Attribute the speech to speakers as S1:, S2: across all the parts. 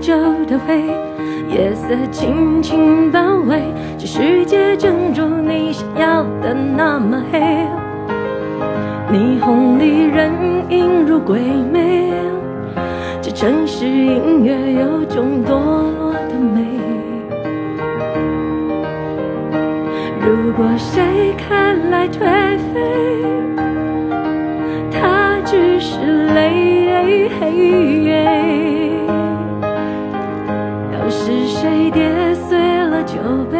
S1: 久的灰，夜色轻轻包围，这世界正如你想要的那么黑。霓虹里人影如鬼魅，这城市音乐有种堕落的美。如果谁看来颓废，他只是累。要是谁跌碎了酒杯，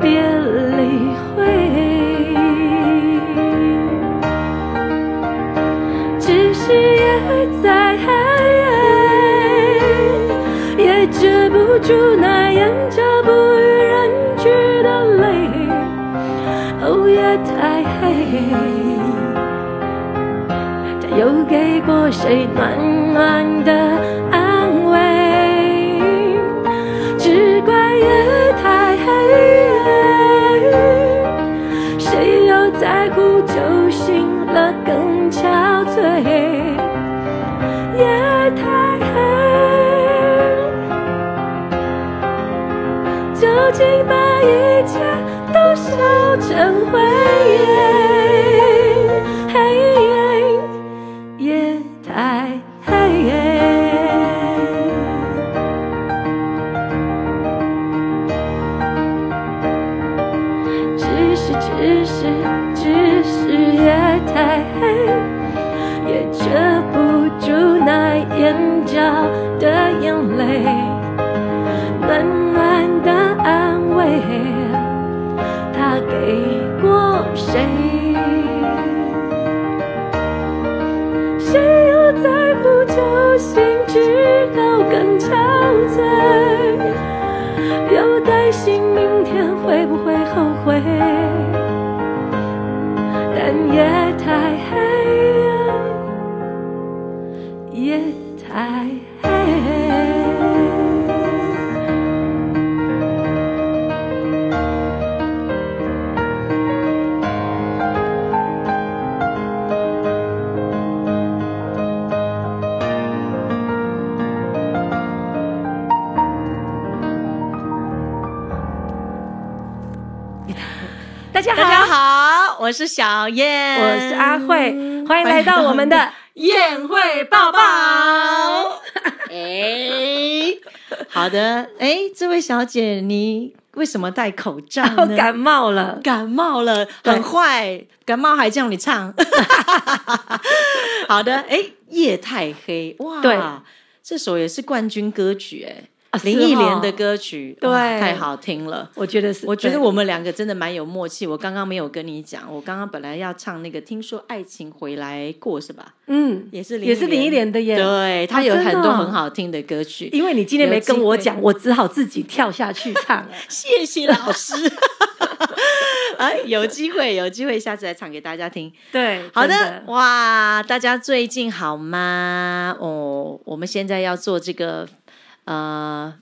S1: 别理会。只是夜再黑，也止不住那眼角不与人知的泪。哦，夜太黑，他又给过谁暖暖的安慰？只怪夜太黑。谁又在乎酒醒了更憔悴？夜太黑，究竟把一切都烧成灰烟？嘿，夜太黑。只是，只是，只是夜太黑，也遮不住那眼角的眼泪，暖暖的安慰，他给过谁？谁又在乎酒醒之后更憔悴？又担心明天会不会后悔，但夜太黑，夜太黑。 大家好，
S2: 大家好，我是小燕，
S1: 我是阿慧，欢迎来到我们的
S2: 宴会抱抱。哎，好的，哎，这位小姐，你为什么戴口罩
S1: 哦
S2: 呢？
S1: 感冒了。
S2: 感冒了，
S1: 对
S2: 很坏，感冒还叫你唱。 好的，哎，夜太黑，哇，
S1: 对，
S2: 这首也是冠军歌曲，哎、
S1: 啊
S2: 林忆莲的，歌曲，
S1: 对
S2: 哇太好听了
S1: 是哦。我觉得是，
S2: 我觉得
S1: 对
S2: 我们两个真的蛮有默契。我刚刚没有跟你讲，我刚刚本来要唱那个《听说爱情回来过》，是吧？
S1: 嗯，
S2: 也是
S1: 也是林忆莲的耶。
S2: 对，她
S1: 啊
S2: 有
S1: 真的
S2: 很
S1: 哦
S2: 多很好听的歌曲。
S1: 因为你今天没跟我讲，
S2: 有
S1: 我只好自己跳下去 唱。
S2: 谢谢老师， 哎，有机会，有机会，下次来唱给大家听。
S1: 对，
S2: 好的，
S1: 真
S2: 哇，大家最近好吗？哦，我们现在要做这个呃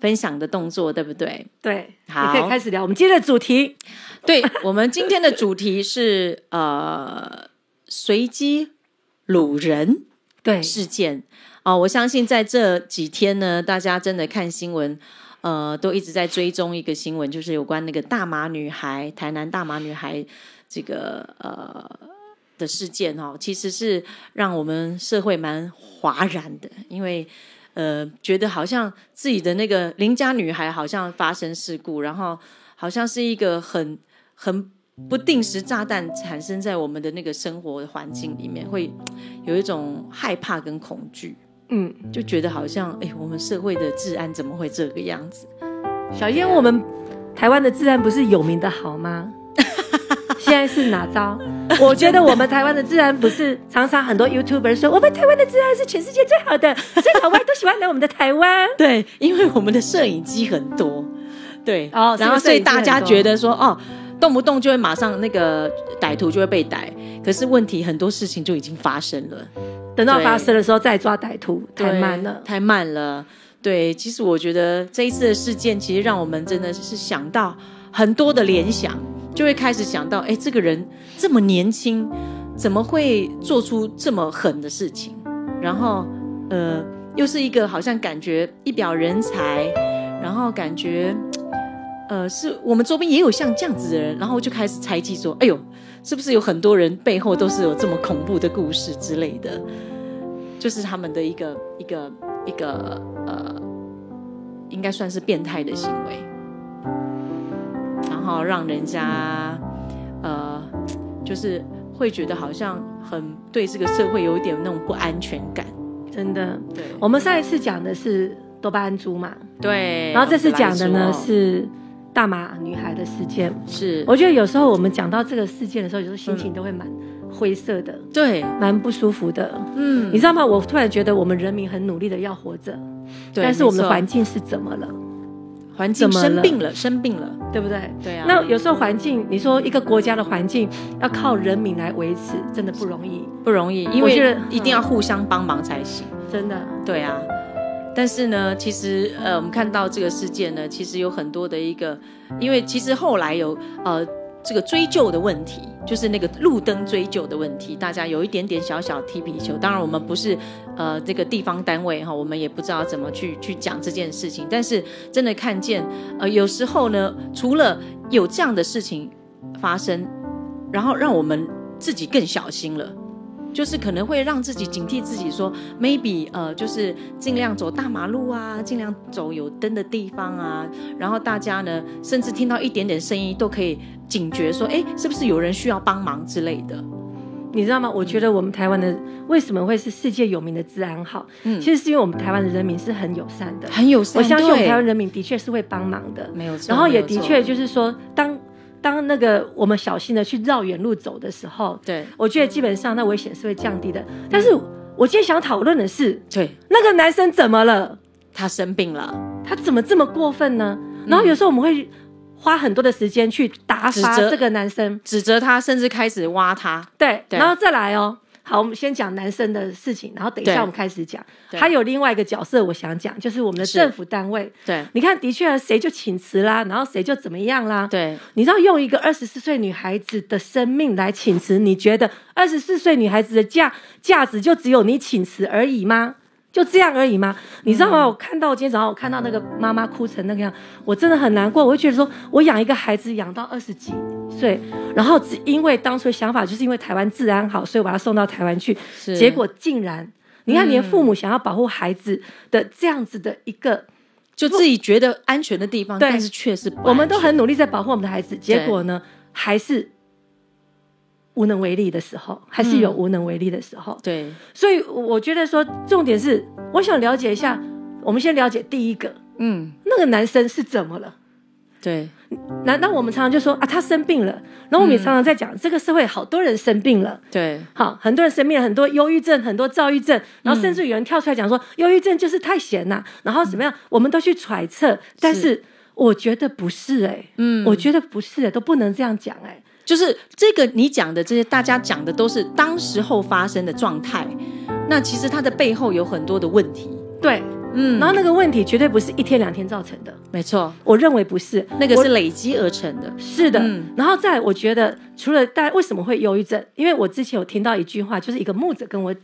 S2: 分享的动作，对不对？
S1: 对，你
S2: 好
S1: 可以开始聊我们今天的主题。
S2: 对我们今天的主题是呃随机掳人
S1: 对，
S2: 事件哦、我相信在这几天呢，大家真的看新闻。呃，都一直在追踪一个新闻，就是有关那个大麻女孩，台南大麻女孩这个呃的事件哦，其实是让我们社会蛮哗然的，因为呃，觉得好像自己的那个邻家女孩好像发生事故，然后好像是一个很很不定时炸弹产生在我们的那个生活环境里面，会有一种害怕跟恐惧，
S1: 嗯，
S2: 就觉得好像哎，我们社会的治安怎么会这个样子？
S1: 小燕，我们台湾的治安不是有名的好吗？ 现在是哪招？我觉得我们台湾的治安不是常常很多 YouTuber 说我们台湾的治安是全世界最好的，所以老外都喜欢来我们的台湾。
S2: 对，因为我们的摄影机很多，对，
S1: 哦是
S2: 然
S1: 不是
S2: 后所
S1: 摄
S2: 以
S1: 影机
S2: 大
S1: 很
S2: 家
S1: 多
S2: 觉得说，哦，动不动就会马上那个歹徒就会被逮，可是问题很多事情就已经发生了，
S1: 等到发生的时候再抓歹徒，太
S2: 对
S1: 慢了。
S2: 太慢了。对，其实我觉得这一次的事件，其实让我们真的是想到很多的联想，就会开始想到，哎，这个人这么年轻，怎么会做出这么狠的事情？然后，呃，又是一个好像感觉呃一表人才，然后感觉呃是我们周边也有像这样子的人，然后就开始猜忌说，哎呦，是不是有很多人背后都是有这么恐怖的故事之类的？就是他们的一个一个一个呃，应该算是变态的行为，然后让人家呃，就是会觉得好像很对这个社会有一点那种不安全感。
S1: 真的。
S2: 对，
S1: 我们上一次讲的是多巴胺猪嘛，
S2: 对。
S1: 然后这次讲的呢
S2: 我们来说
S1: 是大马女孩的事件。
S2: 是，
S1: 我觉得有时候我们讲到这个事件的时候，有时候心情都会蛮灰色的，
S2: 对，
S1: 蛮不舒服的。
S2: 嗯
S1: 你，知道吗？我突然觉得我们人民很努力的要活着，
S2: 对
S1: 但是我们的
S2: 没错
S1: 环境是怎么了，
S2: 环境
S1: 怎么
S2: 生
S1: 了
S2: 病了，生病了，
S1: 对不对？
S2: 对啊。
S1: 那有时候环境，你说一个国家的环境要靠人民来维持，真的不容易，
S2: 不容易，因
S1: 我觉
S2: 为
S1: 得
S2: 一定要互相帮忙才行。
S1: 真的。
S2: 对啊，但是呢，其实呃，我们看到这个事件呢，其实有很多的一个，因为其实后来有呃这个追究的问题，就是那个路灯追究的问题，大家有一点点小小踢皮球。当然，我们不是呃这个地方单位哈，我们也不知道怎么去去讲这件事情。但是真的看见呃，有时候呢，除了有这样的事情发生，然后让我们自己更小心了。就是可能会让自己警惕自己说，maybe 呃，就是尽量走大马路啊，尽量走有灯的地方啊。然后大家呢，甚至听到一点点声音都可以警觉说，哎，是不是有人需要帮忙之类的？
S1: 你知道吗？
S2: 嗯
S1: 我觉得我们台湾的为什么会是世界有名的治安好？
S2: 嗯
S1: 其实是因为我们台湾的人民是很友善的，
S2: 很有善
S1: 我相信我们
S2: 对
S1: 台湾人民的确是会帮忙的。
S2: 没有错，
S1: 然后
S2: 没
S1: 也
S2: 有
S1: 的
S2: 错
S1: 确就是说，当当那个我们小心的去绕远路走的时候，
S2: 对
S1: 我觉得基本上那危险是会降低的。
S2: 嗯
S1: 但是我今天想讨论的是，
S2: 对，
S1: 那个男生怎么了？
S2: 他生病了，
S1: 他怎么这么过分呢？然后有时候我们会花很多的时间去打
S2: 嗯指
S1: 发
S2: 责
S1: 这个男生，
S2: 指责他，甚至开始挖他。
S1: 对，
S2: 对
S1: 然后再来哦。好，我们先讲男生的事情，然后等一
S2: 对
S1: 下我们开始讲。
S2: 对
S1: 还有另外一个角色，我想讲，就是我们的
S2: 是
S1: 政府单位。
S2: 对
S1: 你看，的确啊谁就请辞啦，然后谁就怎么样啦。
S2: 对，
S1: 你知道用一个二十四岁女孩子的生命来请辞，你觉得二十四岁女孩子的价价值就只有你请辞而已吗？就这样而已吗？你知道吗？我看到我今天早上，我看到那个妈妈哭成那个样，我真的很难过。我会觉得说，我养一个孩子养到二十几岁，然后只因为当初的想法就是因为台湾治安好，所以我要送到台湾去，
S2: 是
S1: 结果竟然你看，连父母想要保护孩子的这样子的一个
S2: 就自己觉得安全的地方，
S1: 对
S2: 但是却是不安
S1: 我们都
S2: 全
S1: 很努力在保护我们的孩子，结果呢，还是无能为力的时候，还是有无能为力的时候。
S2: 对
S1: 所以我觉得说，重点是，我想了解一下，我们先了解第一个，
S2: 嗯
S1: 那个男生是怎么了？
S2: 对
S1: 难道我们常常就说啊，他生病了？然后我们也
S2: 嗯
S1: 常常在讲，这个社会好多人生病了。
S2: 对
S1: 好，很多人生病了，很多忧郁症，很多躁郁症，然后甚至有人跳出来讲说，忧郁症就是太闲呐、然后怎么样，我们都去揣测，但是我觉得不是哎、嗯，我觉得不是哎、都不能这样讲哎、
S2: 就是这个你讲的这些，大家讲的都是当时候发生的状态，那其实它的背后有很多的问题。
S1: 对，
S2: 嗯，
S1: 然后那个问题绝对不是一天两天造成的，
S2: 没错，
S1: 我认为不是，
S2: 那个
S1: 我
S2: 是累积而成的。
S1: 是的，
S2: 嗯
S1: 然后再来我觉得除了大家为什么会忧郁症，因为我之前有听到一句话，就是一个牧者跟我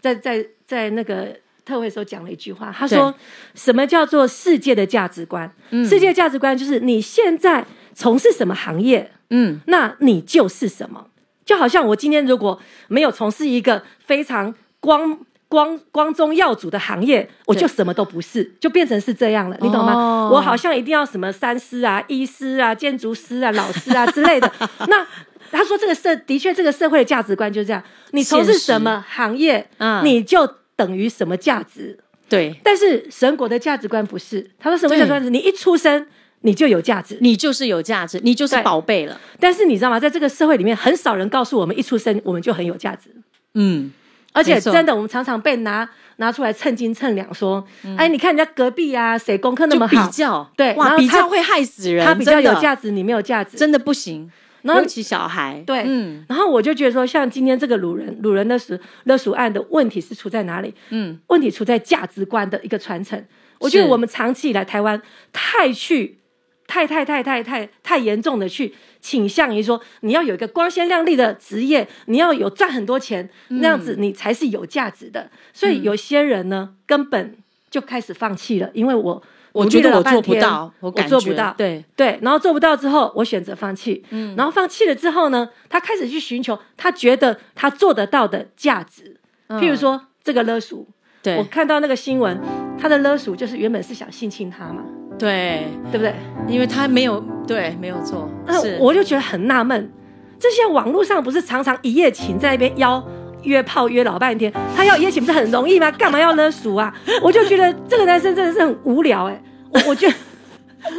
S1: 在在在那个特会的时候讲了一句话，他说什么叫做世界的价值观？世界价值观就是你现在从事什么行业，
S2: 嗯，
S1: 那你就是什么。就好像我今天如果没有从事一个非常光。光光宗耀祖的行业，我就什么都不是，就变成是这样了，你懂吗？
S2: 哦
S1: 我好像一定要什么三师啊、医师啊、建筑师啊、老师啊 之类的。那他说这个社的确，这个社会的价值观就是这样，你从事
S2: 现实
S1: 什么行业，
S2: 嗯
S1: 你就等于什么价值。
S2: 对，
S1: 但是神国的价值观不是，他说什么价值观是？你一出生你就有价值，
S2: 你就是有价值，你就是
S1: 对
S2: 宝贝了。
S1: 但是你知道吗？在这个社会里面，很少人告诉我们，一出生我们就很有价值。
S2: 嗯，
S1: 而且
S2: 没错
S1: 真的，我们常常被拿拿出来称斤称两，说：“哎，你看人家隔壁啊，谁功课那
S2: 嗯就
S1: 么
S2: 比
S1: 好，
S2: 较，
S1: 对然
S2: 哇，
S1: 后
S2: 比
S1: 他
S2: 较会害死人，
S1: 他比较
S2: 真的
S1: 有价值，你没有价值。”
S2: 真的不行。
S1: 然后
S2: 尤其小孩，
S1: 对，
S2: 嗯，
S1: 然后我就觉得说，像今天这个鲁人鲁人勒赎勒赎案的问题是出在哪里？
S2: 嗯，
S1: 问题出在价值观的一个传承。我觉得
S2: 是
S1: 我们长期以来台湾太去太太太太太太严重的去倾向于说，你要有一个光鲜亮丽的职业，你要有赚很多钱，
S2: 嗯
S1: 那样子你才是有价值的。所以有些人呢，根本就开始放弃了，因为我
S2: 我
S1: 努
S2: 觉
S1: 力
S2: 得
S1: 了
S2: 我
S1: 半
S2: 做不
S1: 天
S2: 到，我
S1: 我
S2: 感
S1: 做不
S2: 觉
S1: 到，
S2: 对，
S1: 对，然后做不到之后，我选择放弃。嗯，然后放弃了之后呢，他开始去寻求他觉得他做得到的价值，譬如
S2: 嗯，
S1: 说这个勒索，我
S2: 对
S1: 看到那个新闻，他的勒索就是原本是想性侵他嘛，
S2: 对，
S1: 对不对？
S2: 因为他没有对没有做，
S1: 那
S2: 是
S1: 我就觉得很纳闷，这些网络上不是常常一夜情在那边邀约炮约老半天，他要一夜情不是很容易吗？干嘛要勒索啊？我就觉得这个男生真的是很无聊哎、我我觉得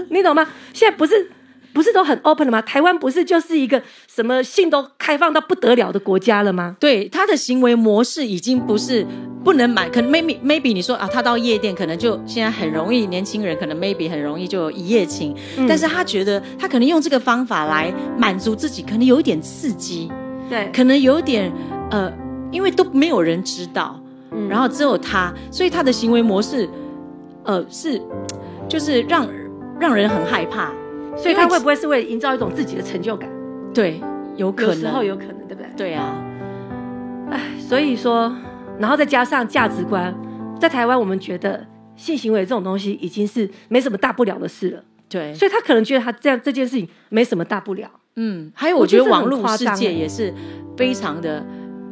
S1: 你懂吗？现在不是。不是都很 open 了吗？台湾不是就是一个什么性都开放到不得了的国家了吗？
S2: 对他的行为模式已经不是不能买，可能 maybe maybe 你说啊，他到夜店可能就现在很容易，年轻人可能 maybe 很容易就有一夜情，
S1: 嗯
S2: 但是他觉得他可能用这个方法来满足自己，可能有一点刺激，
S1: 对，
S2: 可能有点呃，因为都没有人知道，
S1: 嗯
S2: 然后只有他，所以他的行为模式呃是就是让让人很害怕，
S1: 所以他会不会是为了营造一种自己的成就感？
S2: 对，有
S1: 有
S2: 可
S1: 时候
S2: 能，
S1: 有可能，对不对？
S2: 对啊，
S1: 所以说，然后再加上价值观，在台湾我们觉得性行为这种东西已经是没什么大不了的事了，
S2: 对，
S1: 所以他可能觉得他这样这件事情没什么大不了。
S2: 嗯，还有
S1: 我
S2: 我
S1: 觉
S2: 觉
S1: 得
S2: 得
S1: 这很
S2: 网络
S1: 夸
S2: 世
S1: 张欸
S2: 界也是非常的，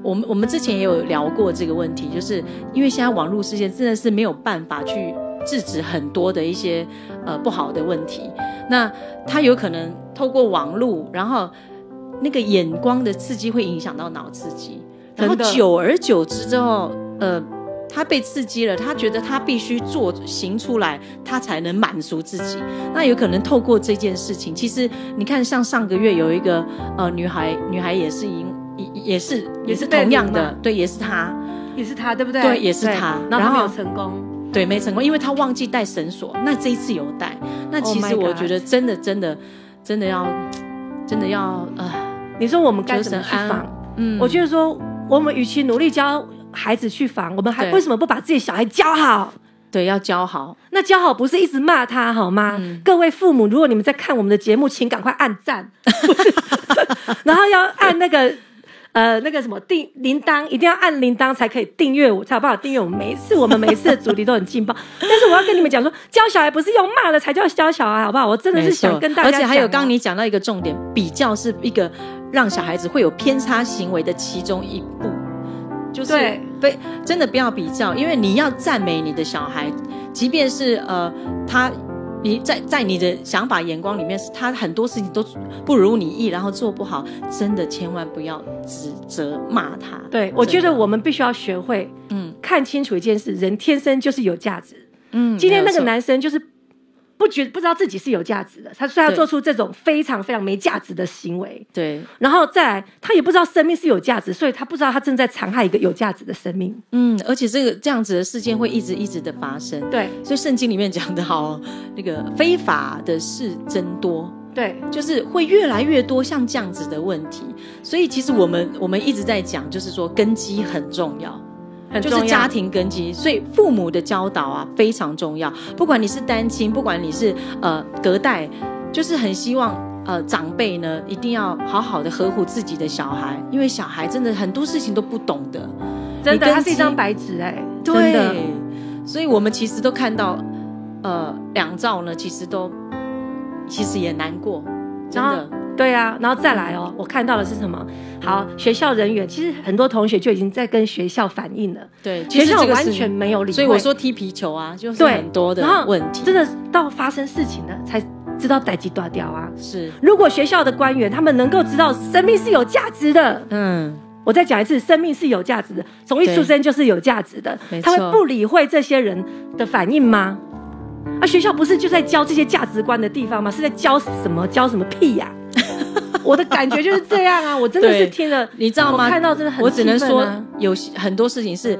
S2: 我们我们之前也有聊过这个问题，就是因为现在网络世界真的是没有办法去制止很多的一些呃不好的问题，那他有可能透过网络，然后那个眼光的刺激会影响到脑刺激，然后
S1: 真的
S2: 久而久之之后，呃。他被刺激了，他觉得他必须做行出来，他才能满足自己。那有可能透过这件事情，其实你看，像上个月有一个呃女孩，女孩也是因也也是
S1: 也
S2: 也
S1: 是
S2: 是
S1: 被
S2: 同样
S1: 辱
S2: 的
S1: 骂，
S2: 对，也是她，
S1: 也是他，对不对？
S2: 对也是他
S1: 然后他
S2: 然
S1: 没
S2: 后
S1: 有成功，
S2: 对，没成功，因为她忘记带绳索。那这一次有带，那
S1: Oh
S2: 其
S1: my
S2: 实我
S1: God
S2: 觉得真的真的真的要真的要呃，
S1: 你说我们该怎么
S2: 求
S1: 去
S2: 神安
S1: 防？
S2: 嗯，
S1: 我觉得说，我们与其努力教孩子去防，我们还
S2: 对
S1: 为什么不把自己小孩教好？
S2: 对要教好，
S1: 那教好不是一直骂他好吗？
S2: 嗯
S1: 各位父母，如果你们在看我们的节目，请赶快按 赞，不是然后要按那个呃那个什么订铃铛，一定要按铃铛才可以订阅我，才有办法订阅我们每一次我们每一次的主题都很 劲爆。但是我要跟你们讲说，教小孩不是用骂的才叫教小孩，好不好？我真的是
S2: 没错
S1: 想跟大家
S2: 而
S1: 讲哦、
S2: 且还有刚刚你讲到一个重点，比较是一个让小孩子会有偏差行为的其中一步，就是
S1: 对
S2: 非真的不要比较，因为你要赞美你的小孩，即便是呃他。你在在你的想法眼光里面，他很多事情都不如你意，然后做不好，真的千万不要指责骂他。
S1: 对，我觉
S2: 真的
S1: 得我们必须要学会，嗯
S2: 嗯，
S1: 看清楚一件事，人天生就是有价值。
S2: 嗯
S1: 今天那个
S2: 没有错
S1: 男生就是不觉不知道自己是有价值的，他所以他
S2: 对
S1: 做出这种非常非常没价值的行为，
S2: 对，
S1: 然后再来他也不知道生命是有价值，所以他不知道他正在残害一个有价值的生命。
S2: 嗯，而且这个这样子的事件会一直一直的发生。
S1: 对
S2: 所以圣经里面讲的好哦，那个非法的事增多，
S1: 对
S2: 就是会越来越多像这样子的问题。所以其实我们我们一直在讲，就是说根基很重要，
S1: 很
S2: 就是
S1: 重要
S2: 家庭根基。所以父母的教导啊非常重要，不管你是单亲，不管你是呃隔代，就是很希望。呃，长辈呢一定要好好的呵护自己的小孩，因为小孩真的很多事情都不懂的。
S1: 真
S2: 你
S1: 的，
S2: 根
S1: 他是一
S2: 基
S1: 张白纸哎、真
S2: 真的
S1: 的。，
S2: 所以我们其实都看到，呃，两兆呢，其实都其实也难过，真
S1: 然
S2: 的
S1: 后，对啊，然后再来哦，我看到的是什么？好，学校人员其实很多同学就已经在跟学校反映了，
S2: 对，其
S1: 学
S2: 实
S1: 校
S2: 这个
S1: 完
S2: 是
S1: 全没有理会。
S2: 所以我说踢皮球啊，就是
S1: 对
S2: 很多的
S1: 然后
S2: 问题，
S1: 真的到发生事情了才知道逮鸡断掉啊。
S2: 是，
S1: 如果学校的官员他们能够知道生命是有价值的，
S2: 嗯，
S1: 我再讲一次，生命是有价值的，从一
S2: 对
S1: 出生就是有价值的
S2: 没，
S1: 他
S2: 错
S1: 会不理会这些人的反应吗？啊，学校不是就在教这些价值观的地方吗？是在教什么？教什么屁 呀、我的感觉就是这样啊！我真的是
S2: 对
S1: 听了，
S2: 你知道吗？
S1: 我看到真的很
S2: 我只能
S1: 气愤啊
S2: 说，有些很多事情是，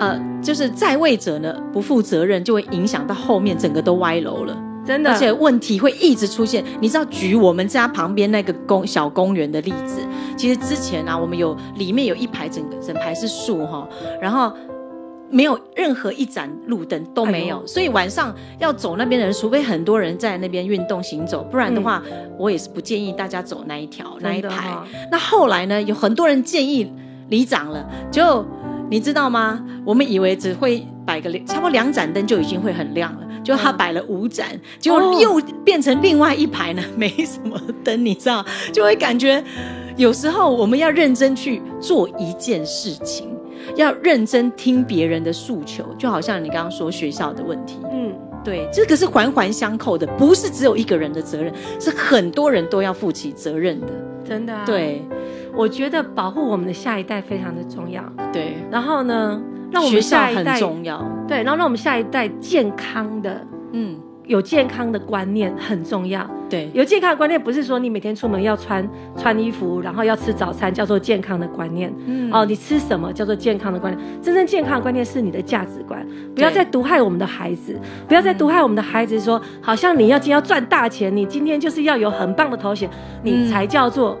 S2: 呃，就是在位者呢不负责任，就会影响到后面整个都歪楼了。
S1: 真的，
S2: 而且问题会一直出现。你知道，举我们家旁边那个公小公园的例子，其实之前啊，我们有里面有一排整个整排是树哈、然后没有任何一盏路灯都没有，
S1: 哎呦
S2: 所以晚上要走那边的人，除非很多人在那边运动行走，不然的话，我也是不建议大家走那一条那一
S1: 嗯真的啊
S2: 排。
S1: 哈
S2: 那后来呢，有很多人建议里长了，就你知道吗？我们以为只会摆个差不多两盏灯就已经会很亮了，就他摆了五盏，结果
S1: 哦
S2: 又变成另外一排呢，没什么灯，你知道，就会感觉有时候我们要认真去做一件事情。要认真听别人的诉求，就好像你刚刚说学校的问题，
S1: 嗯，
S2: 对，这个是环环相扣的，不是只有一个人的责任，是很多人都要负起责任的。
S1: 真的、啊。，
S2: 对
S1: 我觉得保护我们的下一代非常的重要。
S2: 对，
S1: 然后呢，让我
S2: 学
S1: 们
S2: 校
S1: 下一
S2: 很
S1: 代
S2: 重要。
S1: 对，然后让我们下一代健康的。
S2: 嗯，
S1: 有健康的观念很重要。
S2: 对，
S1: 有健康的观念，不是说你每天出门要穿穿衣服，然后要吃早餐，叫做健康的观念。
S2: 嗯
S1: 哦，你吃什么叫做健康的观念？真正健康的观念是你的价值观，不要再毒害我们的孩子，不要再毒害我们的孩子说，好像你要今天要赚大钱，你今天就是要有很棒的头衔，你才叫做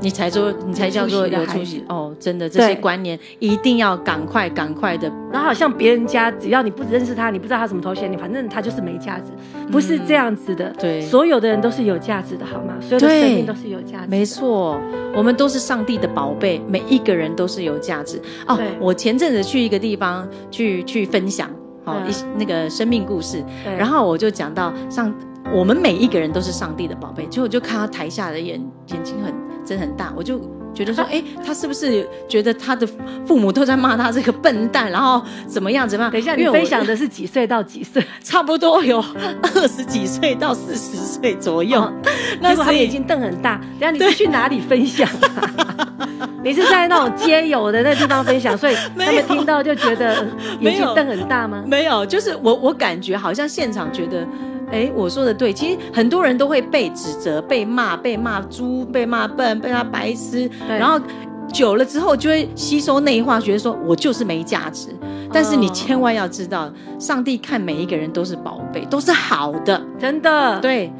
S2: 你才做，你才叫做有
S1: 有
S2: 出
S1: 出
S2: 息
S1: 息
S2: 哦，真的，这些
S1: 对
S2: 观念一定要赶快、赶快的，
S1: 然后好像别人家只要你不认识他，你不知道他什么头衔，你反正他就是没价值，不是这样子的。
S2: 嗯对
S1: 所有的人都是有价值的，好吗？所有的
S2: 对
S1: 生命都是有价值的。
S2: 没错，我们都是上帝的宝贝，每一个人都是有价值哦
S1: 对。
S2: 我前阵子去一个地方去去分享，哦，
S1: 嗯
S2: 一些那个生命故事，
S1: 对。
S2: 然后我就讲到上，我们每一个人都是上帝的宝贝。结果我就看他台下的眼眼睛很睁很大，我就 觉得说，哎，他是不是觉得他的父母都在骂他这个笨蛋，然后怎么样怎么样？
S1: 等一下，
S2: 因
S1: 你
S2: 为我
S1: 分享的是几岁到几岁？
S2: 差不多有二十几岁到四十岁左右，
S1: 哦
S2: 那
S1: 结果他
S2: 所
S1: 们
S2: 以
S1: 已经瞪很大。等一下你是去哪里分 享、啊？你是在那种街友的那地方分享，所以
S2: 没
S1: 他
S2: 有
S1: 们听到就觉得呃眼
S2: 没有
S1: 睛瞪很大吗？
S2: 没有，就是我我感觉好像现场觉得。哎，我说的对，其实很多人都会被指责、被骂、被骂猪、被骂笨、被骂白痴，
S1: 对
S2: 然后久了之后就会吸收内化，觉得说我就是没价值。但是你
S1: 哦
S2: 千万要知道，上帝看每一个人都是宝贝，都是好的，
S1: 真的，
S2: 对，啊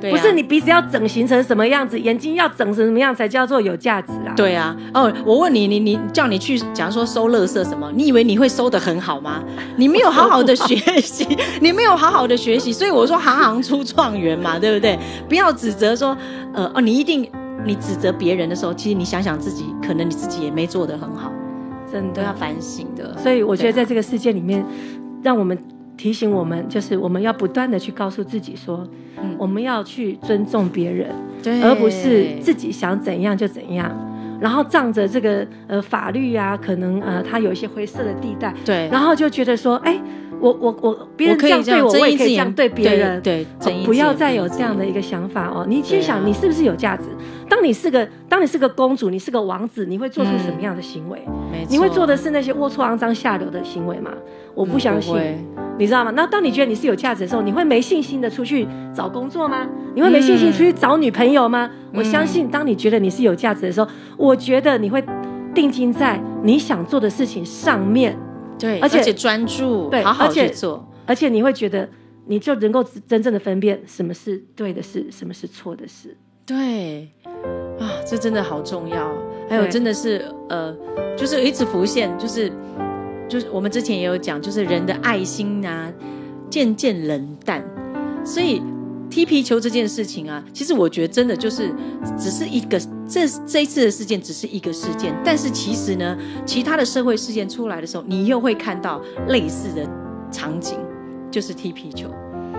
S2: 对啊
S1: 不是你鼻子要整形成什么样子，眼睛要整成什么样才叫做有价值啊？
S2: 对啊，哦，我问你，你你叫你去，假如说收垃圾什么，你以为你会收的很好吗？你没有好好的学习， 你没有好好的学习，所以我说行行出状元嘛，对不对？不要指责说，呃，哦，你一定你指责别人的时候，其实你想想自己，可能你自己也没做得很好，
S1: 真
S2: 都要
S1: 的。
S2: 反省的。
S1: 所以我觉得
S2: 对啊
S1: 在这个世界里面，让我们提醒我们，就是我们要不断的去告诉自己说，
S2: 嗯
S1: 我们要去尊重别人，
S2: 对
S1: 而不是自己想怎样就怎样，然后仗着这个呃法律啊，可能呃它有一些灰色的地带，
S2: 对，
S1: 然后就觉得说，哎，我我我别人这
S2: 可以
S1: 样对我，
S2: 睁
S1: 我也
S2: 一
S1: 可
S2: 只
S1: 以这样
S2: 眼
S1: 对别人。
S2: 对，
S1: 哦
S2: 对睁一
S1: 不
S2: 只
S1: 要
S2: 眼
S1: 再
S2: 闭一
S1: 有
S2: 只
S1: 这样的
S2: 眼
S1: 一个想法哦！你
S2: 对
S1: 去
S2: 啊
S1: 想，你是不是有价值？当你是个，当你是个公主，你是个王子，你会做出
S2: 嗯
S1: 什么样的行为？
S2: 没错
S1: 你会做的是那些龌龊、肮脏、下流的行为吗？我不相信，
S2: 嗯会
S1: 你知道吗？那当你觉得你是有价值的时候，你会没信心的出去找工作吗？你会没信心出去找女朋友吗？
S2: 嗯
S1: 我相信，当你觉得你是有价值的时候，我觉得你会定睛在你想做的事情上面，
S2: 对，而
S1: 而且
S2: 且专注，
S1: 对
S2: 好好
S1: 而且
S2: 去做，
S1: 而且你会觉得你就能够真正的分辨什么是对的事，什么是错的事。
S2: 对，啊，这真的好重要。还有，
S1: 对
S2: 真的是呃，就是一直浮现，就是就是我们之前也有讲，就是人的爱心啊，渐渐冷淡，所以。踢皮球这件事情啊，其实我觉得真的就是只是一个这这一次的事件只是一个事件，但是其实呢，其他的社会事件出来的时候，你又会看到类似的场景，就是踢皮球。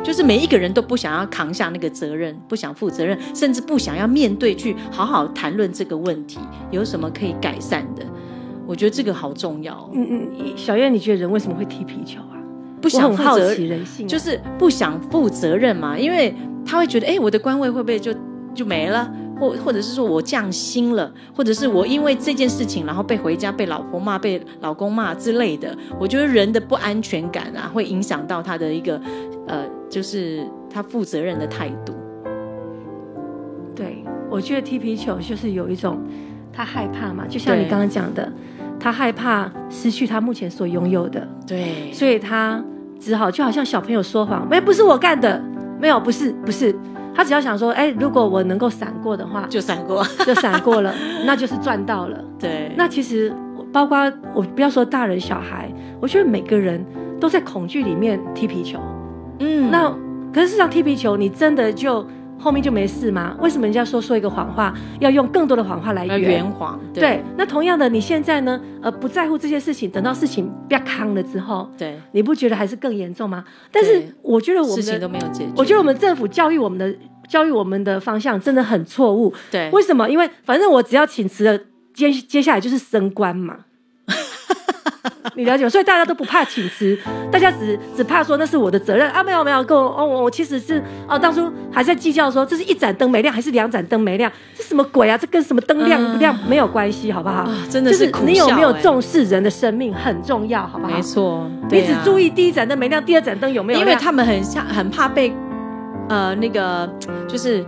S2: 就是每一个人都不想要扛下那个责任，不想负责任，甚至不想要面对去好好谈论这个问题，有什么可以改善的？我觉得这个好重要哦，
S1: 嗯嗯，小燕，你觉得人为什么会踢皮球啊？
S2: 不
S1: 我
S2: 想
S1: 很
S2: 负
S1: 好
S2: 责
S1: 奇人性啊、
S2: 就是不想负责任嘛，因为他会觉得，哎，我的官位会不会就就没了，或或者是说我降薪了，或者是我因为这件事情，然后被回家被老婆骂、被老公骂之类的。我觉得人的不安全感啊，会影响到他的一个呃，就是他负责任的态度。
S1: 对，我觉得踢皮球就是有一种他害怕嘛，就像你
S2: 对
S1: 刚刚讲的，他害怕失去他目前所拥有的，
S2: 对，
S1: 所以他只好就好像小朋友说谎，没不是我干的，没有不是不是，他只要想说，哎，如果我能够闪过的话，
S2: 就闪过。
S1: 就闪过了，那就是赚到了。
S2: 对，
S1: 那其实包括我不要说大人小孩，我觉得每个人都在恐惧里面踢皮球。
S2: 嗯，
S1: 那可是事实上踢皮球，你真的就后面就没事吗？为什么人家说说一个谎话要用更多的谎话来
S2: 要
S1: 圆
S2: 圆？谎，
S1: 对，那同样的，你现在呢，呃，不在乎这些事情，等到事情变康了之后，
S2: 对，
S1: 你不觉得还是更严重吗？但是
S2: 对
S1: 我觉得我
S2: 事
S1: 们
S2: 情
S1: 的
S2: 都，没有解决。
S1: 我觉得我们政府教育我们的教育我们的方向真的很错误。
S2: 对，
S1: 为什么？因为反正我只要请辞了，接接下来就是升官 嘛。你了解吗？所以大家都不怕请辞，大家只只怕说那是我的责任啊！没有没有，跟我哦，我我其实是哦，当初还在计较说这是一盏灯没亮还是两盏灯没亮，这什么鬼啊？这跟什么灯亮不亮没有关系，好不好？
S2: 嗯啊，真的
S1: 就是是
S2: 苦
S1: 你有
S2: 笑
S1: 没有
S2: 欸？
S1: 重视人的生命很重要，好不好
S2: 没？错，
S1: 你
S2: 对
S1: 只
S2: 啊
S1: 注意第一盏灯没亮，第二盏灯有没有
S2: 因
S1: 亮？
S2: 为他们很像很怕被呃那个就是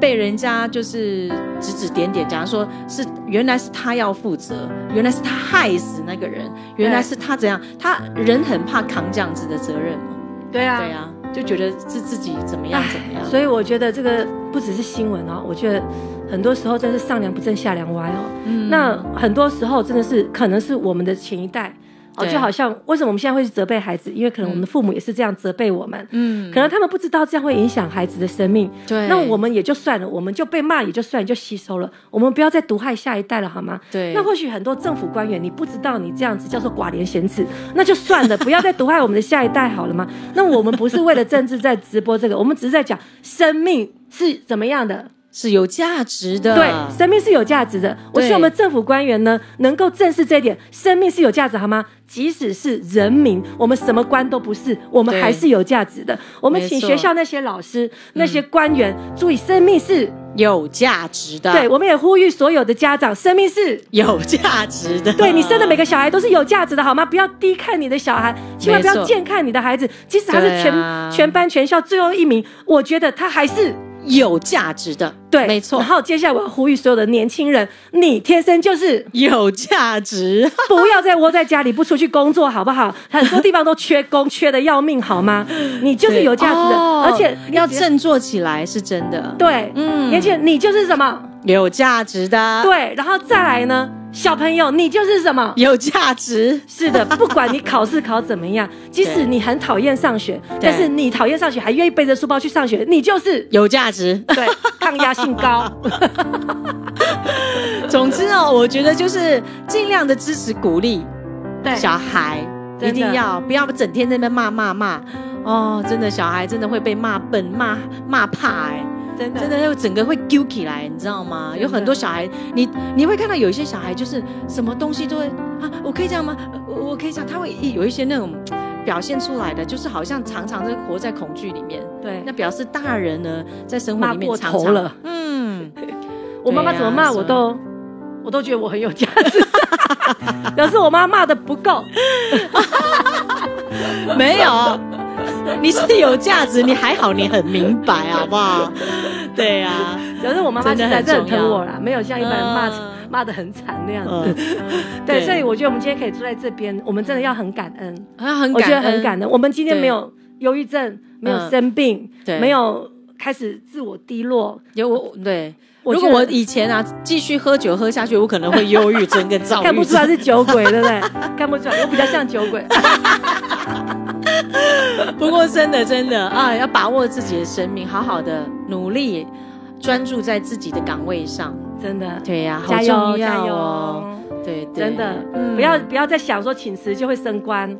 S2: 被人家就是指指点点，假如说是原来是他要负责，原来是他害死那个人，原来是他怎样，他人很怕扛这样子的责任嘛，
S1: 对啊，
S2: 对啊，就觉得是自己怎么样怎么样，
S1: 所以我觉得这个不只是新闻哦，我觉得很多时候真是上梁不正下梁歪哦。
S2: 嗯
S1: 那很多时候真的是可能是我们的前一代哦，
S2: 对
S1: 就好像为什么我们现在会去责备孩子，因为可能我们的父母也是这样责备我们，
S2: 嗯
S1: 可能他们不知道这样会影响孩子的生命。
S2: 对，
S1: 那我们也就算了，我们就被骂也就算，就吸收了。我们不要再毒害下一代了，好吗？
S2: 对
S1: 那或许很多政府官员，你不知道你这样子叫做寡廉鲜耻，那就算了，不要再毒害我们的下一代好了吗？ 那我们不是为了政治在直播这个，我们只是在讲生命是怎么样的，
S2: 是有价值的，
S1: 对，生命是有价值的。我希望我们政府官员呢，能够正视这一点，生命是有价值，好吗？即使是人民，我们什么官都不是，我们
S2: 嗯对
S1: 还是有价值的。我们
S2: 没
S1: 请
S2: 错
S1: 学校那些老师、那些官员注意，生命是。
S2: 有价值的，
S1: 对，，我们也呼吁所有的家长，生命是。
S2: 有价值的，
S1: 对你生的每个小孩都是有价值的，好吗？不要低看你的小孩，千万不
S2: 没
S1: 要
S2: 错
S1: 贱看你的孩子。即使他是全、
S2: 对啊
S1: 全班全校最后一名，我觉得他还是
S2: 有价值的，
S1: 对，
S2: 没错
S1: 然，后接下来我要呼吁所有的年轻人，你天生就是
S2: 有价值。
S1: 不要再窝在家里不出去工作，好不好？很多地方都缺工，缺的要命，好 吗？你就是有价值的，
S2: 哦
S1: 而且你
S2: 要
S1: 只
S2: 振作起来是真的，，
S1: 对，
S2: 嗯啊
S1: 而且你就是什么？
S2: 有价值的，，
S1: 对，然后再来呢，小朋友，你就是什么？
S2: 有价值，
S1: 是 的，不管你考试考怎么样，即使你很讨厌上学，但是你讨厌上学还愿意背着书包去上学，你就是
S2: 有价值。
S1: 对抗压性 高。
S2: 总之哦，我觉得就是尽量的支持鼓励小孩，
S1: 真的
S2: 一定要不要整天在那边骂骂骂。哦，真的，小孩真的会被骂笨、骂骂怕哎、
S1: 真的
S2: 真的会整个会揪起来，你知道吗？
S1: 真的
S2: 有很多小孩，你你会看到有一些小孩就是什么东西都会啊，我可以这样吗？呃我我可以这样，他会有一些那种表现出来的，就是好像常常都活在恐惧里面。
S1: 对
S2: 那，表示大人呢，在生活里
S1: 骂
S2: 面
S1: 过
S2: 常
S1: 头
S2: 常
S1: 了，
S2: 嗯，
S1: 我妈妈怎么
S2: 对
S1: 骂
S2: 啊
S1: 我都，我都觉得我很有价 值，表示我妈骂的不够。
S2: 没有，你是有价值，你还好，你很明白，好不好？对呀、啊，
S1: 可是我妈妈其实还是很疼我啦，没有像一般人骂
S2: 嗯
S1: 骂的很惨那样
S2: 嗯
S1: 子。，对，所以我觉得我们今天可以坐在这边，我们真的要很感恩，
S2: 啊很
S1: 我觉得
S2: 感
S1: 很
S2: 恩，嗯
S1: 感恩。我们今天没有忧郁症，没有生病，
S2: 对
S1: 没有开始自我低落。
S2: 有我对。
S1: 我
S2: 如
S1: 觉
S2: 果
S1: 得
S2: 我以前啊继续喝酒喝下去，我可能会忧郁症跟 躁郁症。
S1: 看不出来是酒鬼，对 不对？看不出来，我比较像酒鬼。
S2: 不过真的真的啊，要把握自己的生命，好好的努力，专注在自己的岗位上。
S1: 真的，
S2: 对呀、好
S1: 加油
S2: 重
S1: 加
S2: 要
S1: 油
S2: 哦！！对对，
S1: 真的，
S2: 嗯
S1: 不要不要再想说请辞就会升官，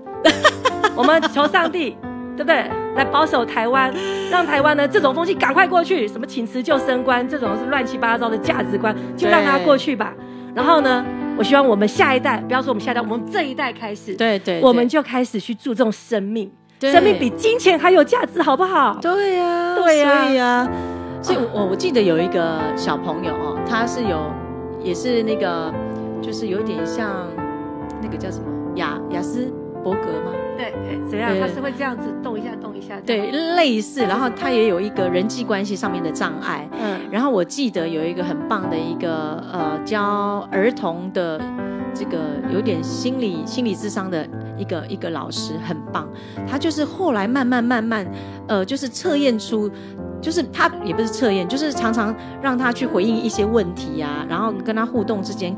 S1: 我们求上帝，对不对？来保守台湾，让台湾呢这种风气赶快过去。什么请辞就升官，这种是乱七八糟的价值观，就让它过去吧。然后呢，我希望我们下一代，不要说我们下一代，我们这一代开始，
S2: 对对，
S1: 我们
S2: 对
S1: 就开始去注重生命，
S2: 对
S1: 生命比金钱还有价值，好不好？
S2: 对呀、
S1: 对呀
S2: 所以呀所以我我记得有一个小朋友哦，他是有也是那个就是有点像那个叫什么雅雅斯伯格吗？
S1: 对，哎怎样？
S2: 对
S1: 他是会这样子动一下，动一下。这样
S2: 对，，类似，然后他也有一个人际关系上面的障碍。
S1: 嗯，
S2: 然后我记得有一个很棒的一个呃教儿童的这个有点心理心理智商的一个一个老师，很棒。他就是后来慢慢慢慢呃，就是测验出。就是他也不是测验，就是常常让他去回应一些问题啊，然后跟他互动之间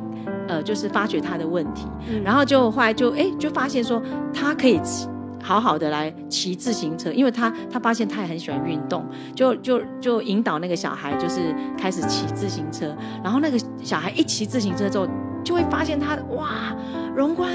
S2: 呃，就是发掘他的问题，
S1: 嗯
S2: 然后就后来就哎就发现说他可以骑好好的来骑自行车，因为他他发现他也很喜欢运动，就就就引导那个小孩就是开始骑自行车，然后那个小孩一骑自行车之后，就会发现他哇容光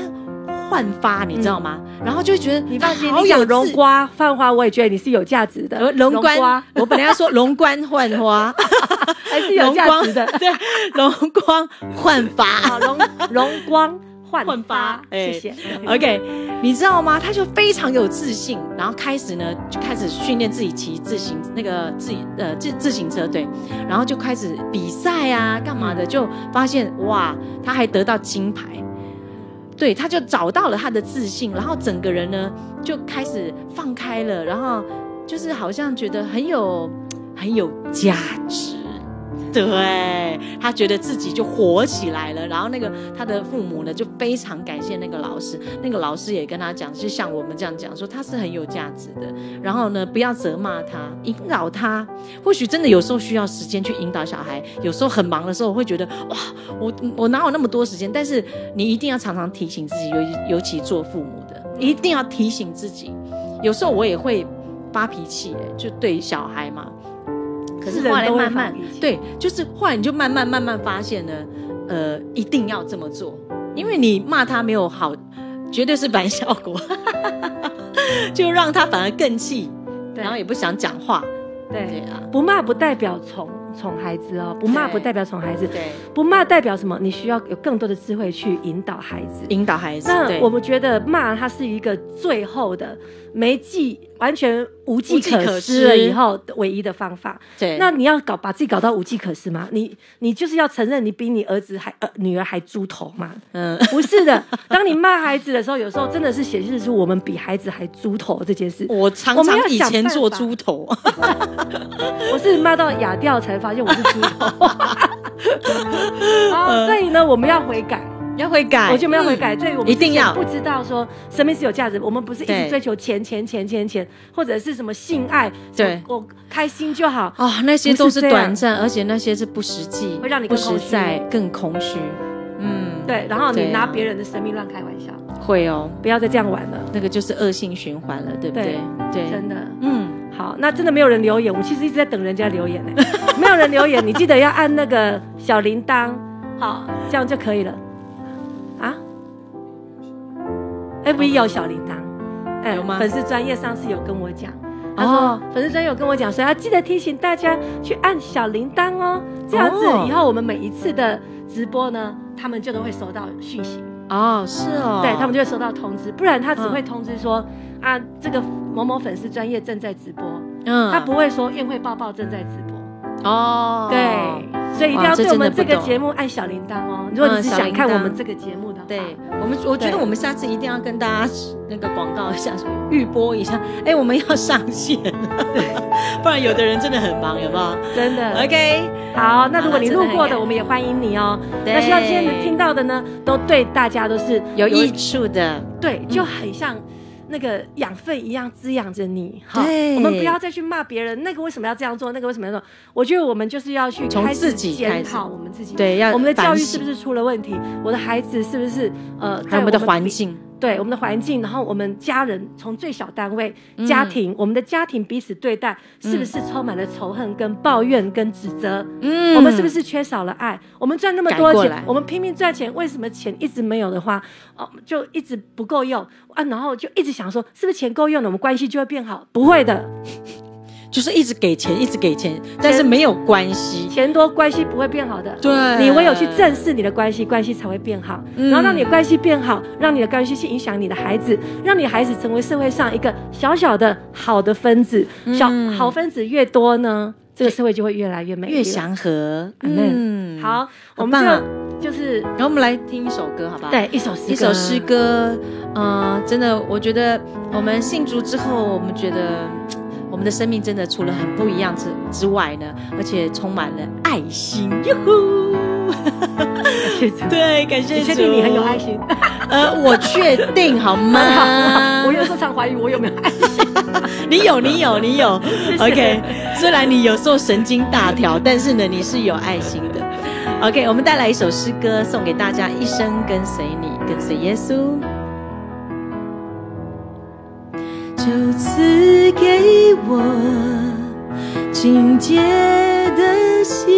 S2: 焕发，你知道吗？然后就会觉得
S1: 嗯你
S2: 他
S1: 放心，
S2: 好
S1: 你
S2: 有
S1: 讲荣
S2: 自
S1: 瓜泛花，我也觉得你是有价值的
S2: 呃。龙
S1: 荣
S2: 冠
S1: 瓜，
S2: 我本来要说龙冠焕花，
S1: 还是有价值的。
S2: 对，容光焕发。
S1: 好，容容光焕
S2: 焕发哎
S1: 谢谢。
S2: OK，你知道吗？他就非常有自信，然后开始呢就开始训练自己骑自行那个自己呃自自行车对，然后就开始比赛啊干嘛的，就发现哇，他还得到金牌。对，他就找到了他的自信，然后整个人呢就开始放开了，然后就是好像觉得很有很有价值，对他觉得自己就火起来了。然后那个他的父母呢就非常感谢那个老师，那个老师也跟他讲，就像我们这样讲说他是很有价值的，然后呢不要责骂他，引导他。或许真的有时候需要时间去引导小孩，有时候很忙的时候我会觉得哇，我我哪有那么多时间？但是你一定要常常提醒自己，尤尤其做父母的，一定要提醒自己。有时候我也会发脾气、就对小孩嘛。可是
S1: 是人
S2: 后来
S1: 都会
S2: 慢慢
S1: 发脾气
S2: 对，就是后来你就慢慢慢慢发现呢，呃，一定要这么做，因为你骂他没有好，绝对是反效果， 就让他反而更气，
S1: 对
S2: 然后也不想讲话。对
S1: 对，
S2: 啊，
S1: 不骂不代表宠宠孩子哦，不骂
S2: 对
S1: 不代表宠孩子，
S2: 对，
S1: 不骂代表什么？你需要有更多的智慧去引导孩子。
S2: 引导孩子。
S1: 那
S2: 对
S1: 我们觉得骂它是一个最后的没计完全无计
S2: 无计可
S1: 可施了
S2: 施
S1: 以后唯一的方法。
S2: 对
S1: 那你要搞把自己搞到无计可施吗？你你就是要承认你比你儿子还呃女儿还猪头嘛？
S2: 嗯，
S1: 不是的，当你骂孩子的时候，有时候真的是显示出我们比孩子还猪头这件事。
S2: 我常
S1: 我们要
S2: 常以
S1: 想
S2: 前
S1: 办
S2: 做
S1: 法
S2: 猪头，
S1: 我是骂到哑掉才发现我是猪头。
S2: 嗯
S1: 哦，所以呢，我们要悔改，
S2: 要会改，
S1: 我觉得我们要悔
S2: 嗯
S1: 改。对，我们
S2: 一定
S1: 之前
S2: 要
S1: 不知道说生命是有价值，我们不是一
S2: 对
S1: 直追求钱钱钱钱钱，或者是什么性爱，
S2: 对
S1: 我我开心就好。
S2: 啊、那些
S1: 不是
S2: 都是
S1: 这样
S2: 短暂，而且那些是不实际，
S1: 会让你
S2: 不
S1: 更
S2: 实
S1: 空虚
S2: 在、更空虚。嗯，
S1: 对，然后
S2: 对
S1: 你
S2: 啊
S1: 拿别人的生命乱开玩笑，
S2: 会哦，
S1: 不要再这样玩了，
S2: 那个就是恶性循环了，对不对？对，
S1: 真的。
S2: 嗯，
S1: 好，那真的没有人留言，我们其实一直在等人家留言呢、 没有人留言，你记得要按那个小铃铛，好，这样就可以了。啊？FB 有小铃铛，哎
S2: 有吗
S1: 粉丝专业上次有跟我讲。他说：“
S2: 哦
S1: 粉丝专业有跟我讲说，要记得提醒大家去按小铃铛哦，这样子
S2: 哦
S1: 以后我们每一次的直播呢，他们就都会收到讯息。
S2: 哦，是哦，
S1: 对他们就会收到通知，不然他只
S2: 嗯
S1: 会通知说、啊，这个某某粉丝专业正在直播，
S2: 嗯
S1: 他不会说宴会抱抱正在直播。
S2: 哦，
S1: 对，所以一定
S2: 哇
S1: 要
S2: 哦这
S1: 对我们
S2: 真的
S1: 这
S2: 不
S1: 个
S2: 懂
S1: 节目按小铃铛哦。如果你
S2: 嗯
S1: 是
S2: 小
S1: 想
S2: 铃
S1: 看我
S2: 铛嗯
S1: 们这个节目的话，
S2: 对，我们我觉得
S1: 对
S2: 我们下次一定要跟大家那个广告一下，预播一下，哎，我们要上线了， 不然有的人真的很忙，有没有
S1: 真的。
S2: ？OK，
S1: 好，那如果你
S2: 真的
S1: 路
S2: 很
S1: 过的，
S2: 感
S1: 我们也欢迎你哦。
S2: 对
S1: 那希望今天听到的呢，都对大家都是
S2: 有益处的，
S1: 对，就很像那个养分一样滋养着你。
S2: 对
S1: 我们不要再去骂别人，那个为什么要这样做，那个为什么要这样做？我觉得我们就是要去
S2: 从
S1: 开始
S2: 自己开
S1: 检
S2: 始
S1: 讨我们自己，
S2: 对要
S1: 我们的教
S2: 反
S1: 育
S2: 省
S1: 是不是出了问题？我的孩子是不是呃，
S2: 还
S1: 在
S2: 有我们的环
S1: 比，
S2: 境，
S1: 对我们的环境，
S2: 嗯
S1: 然后我们家人从最小单位、家庭，我们的家庭彼此对待，是不是充满了仇恨、跟抱怨、跟指责？
S2: 嗯
S1: 我们是不是缺少了爱？我们赚那么多
S2: 改过来
S1: 钱，我们拼命赚钱，为什么钱一直没有的话，哦，就一直不够用啊？然后就一直想说，是不是钱够用了，我们关系就会变好？不会的，
S2: 就是一直给钱，一直给钱，但是没有关系。
S1: 钱多关系不会变好的。
S2: 对
S1: 你唯有去正视你的关系，关系才会变好。
S2: 嗯
S1: 然后让你的关系变好，让你的关系去影响你的孩子，让你孩子成为社会上一个小小的好的分子。小好分子越多呢，这个社会就会越来越美丽了
S2: 越。祥和，
S1: Amen
S2: 嗯，
S1: 好，我们
S2: 棒啊
S1: 就就是
S2: 然后我们来听一首歌，好不好？，
S1: 对一首诗歌，
S2: 一首诗歌，嗯、真的，我觉得我们信主之后，我们觉得嘖我们的生命真的除了很不一样之之外呢，而且充满了爱心，哟呼！
S1: 谢谢。
S2: 对，感谢
S1: 你
S2: 主。
S1: 确定你很有爱？心？
S2: 呃，我确定，好吗？
S1: 我有时候常怀疑我有没有爱心。
S2: 你 有，你有，你有。
S1: 谢谢
S2: OK，虽然你有时候神经大条，但是呢，你是有爱心的。
S3: OK，我们带来一首诗歌送给大家，《一生跟随你，跟随耶稣》。
S2: 就赐给我清洁的心，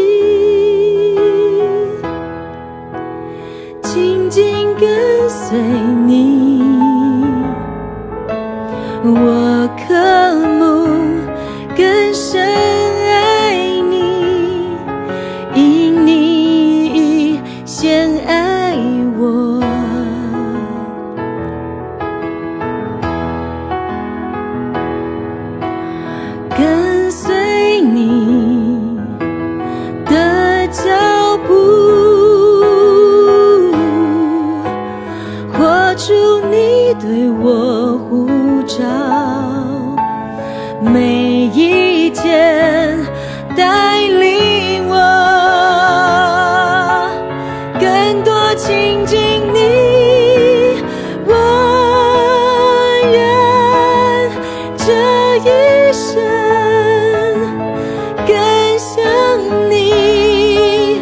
S2: 紧紧跟随你。我渴慕更深爱你，因你已先爱我。跟随你的脚步，活出你对我呼召，每一天带领我更多亲近你，我愿这一生更像你，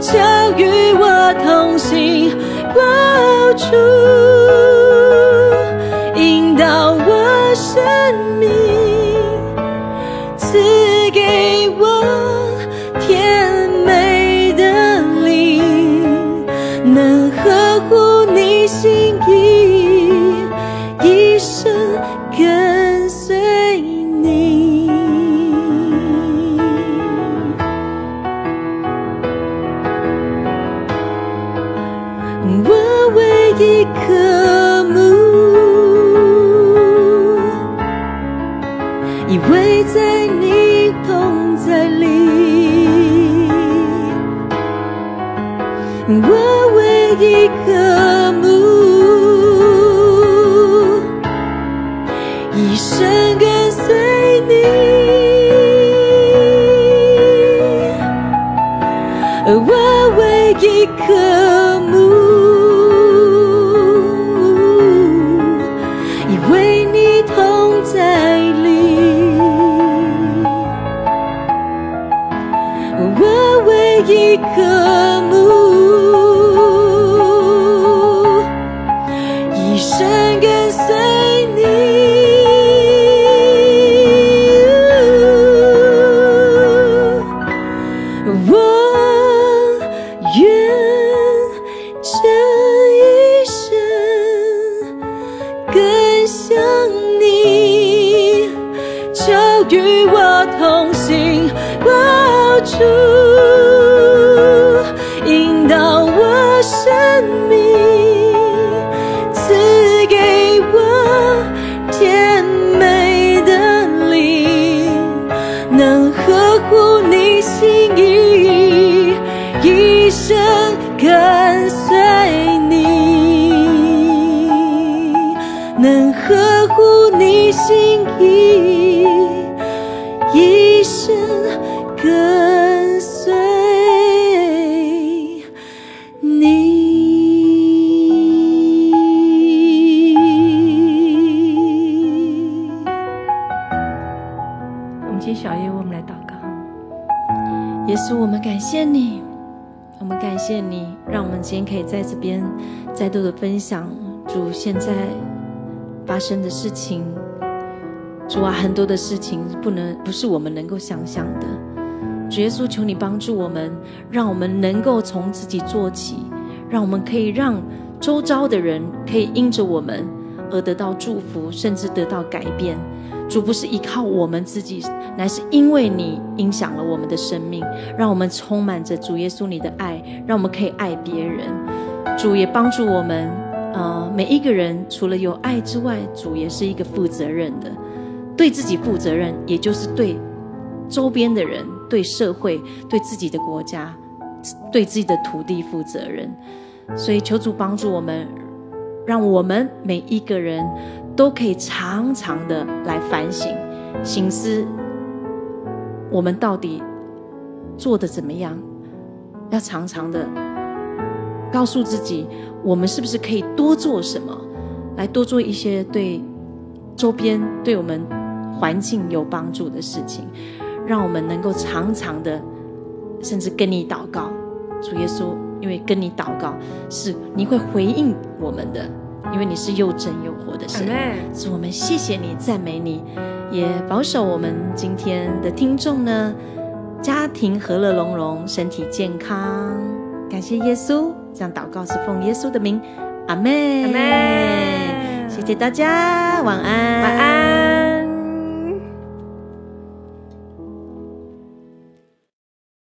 S2: 求与我同行，光主引导我生命，赐给我甜美的灵，能呵护你心意，一生跟随你。我唯一渴慕，依偎在你同在里。我唯一渴慕，一生跟随你。我唯一渴慕，以为你同在里。我唯一渴慕，一生跟随你。我愿这一生更像你，求与我同行，我主引导我生命。赐给我甜美的灵，能呵护你心意，一生跟随你，能呵护你心意，一生跟随。你。
S1: 我们请小叶为我们来祷告。
S3: 耶稣，我们感谢你，我们感谢你，让我们今天可以在这边再度的分享主现在发生的事情。主啊，很多的事情不能不是我们能够想象的。主耶稣，求你帮助我们，让我们能够从自己做起，让我们可以让周遭的人可以因着我们而得到祝福，甚至得到改变。主不是依靠我们自己，乃是因为你影响了我们的生命，让我们充满着主耶稣你的爱，让我们可以爱别人。主也帮助我们，呃，每一个人除了有爱之外，主也是一个负责任的，对自己负责任，也就是对周边的人、对社会、对自己的国家、对自己的土地负责任。所以求主帮助我们，让我们每一个人都可以常常的来反省、醒思，我们到底做的怎么样？要常常的告诉自己，我们是不是可以多做什么，来多做一些对周边、对我们环境有帮助的事情，让我们能够常常的，甚至跟你祷告，
S2: 主耶稣，因为跟你祷告是你会回应我们的，因为你是又真又活的神。
S4: Amen
S2: 主，我们谢谢你，赞美你，也保守我们今天的听众呢，家庭和乐融融，身体健康。感谢耶稣，这样祷告是奉耶稣的名，阿妹，
S4: Amen
S2: 谢谢大家，晚安，
S4: 晚安。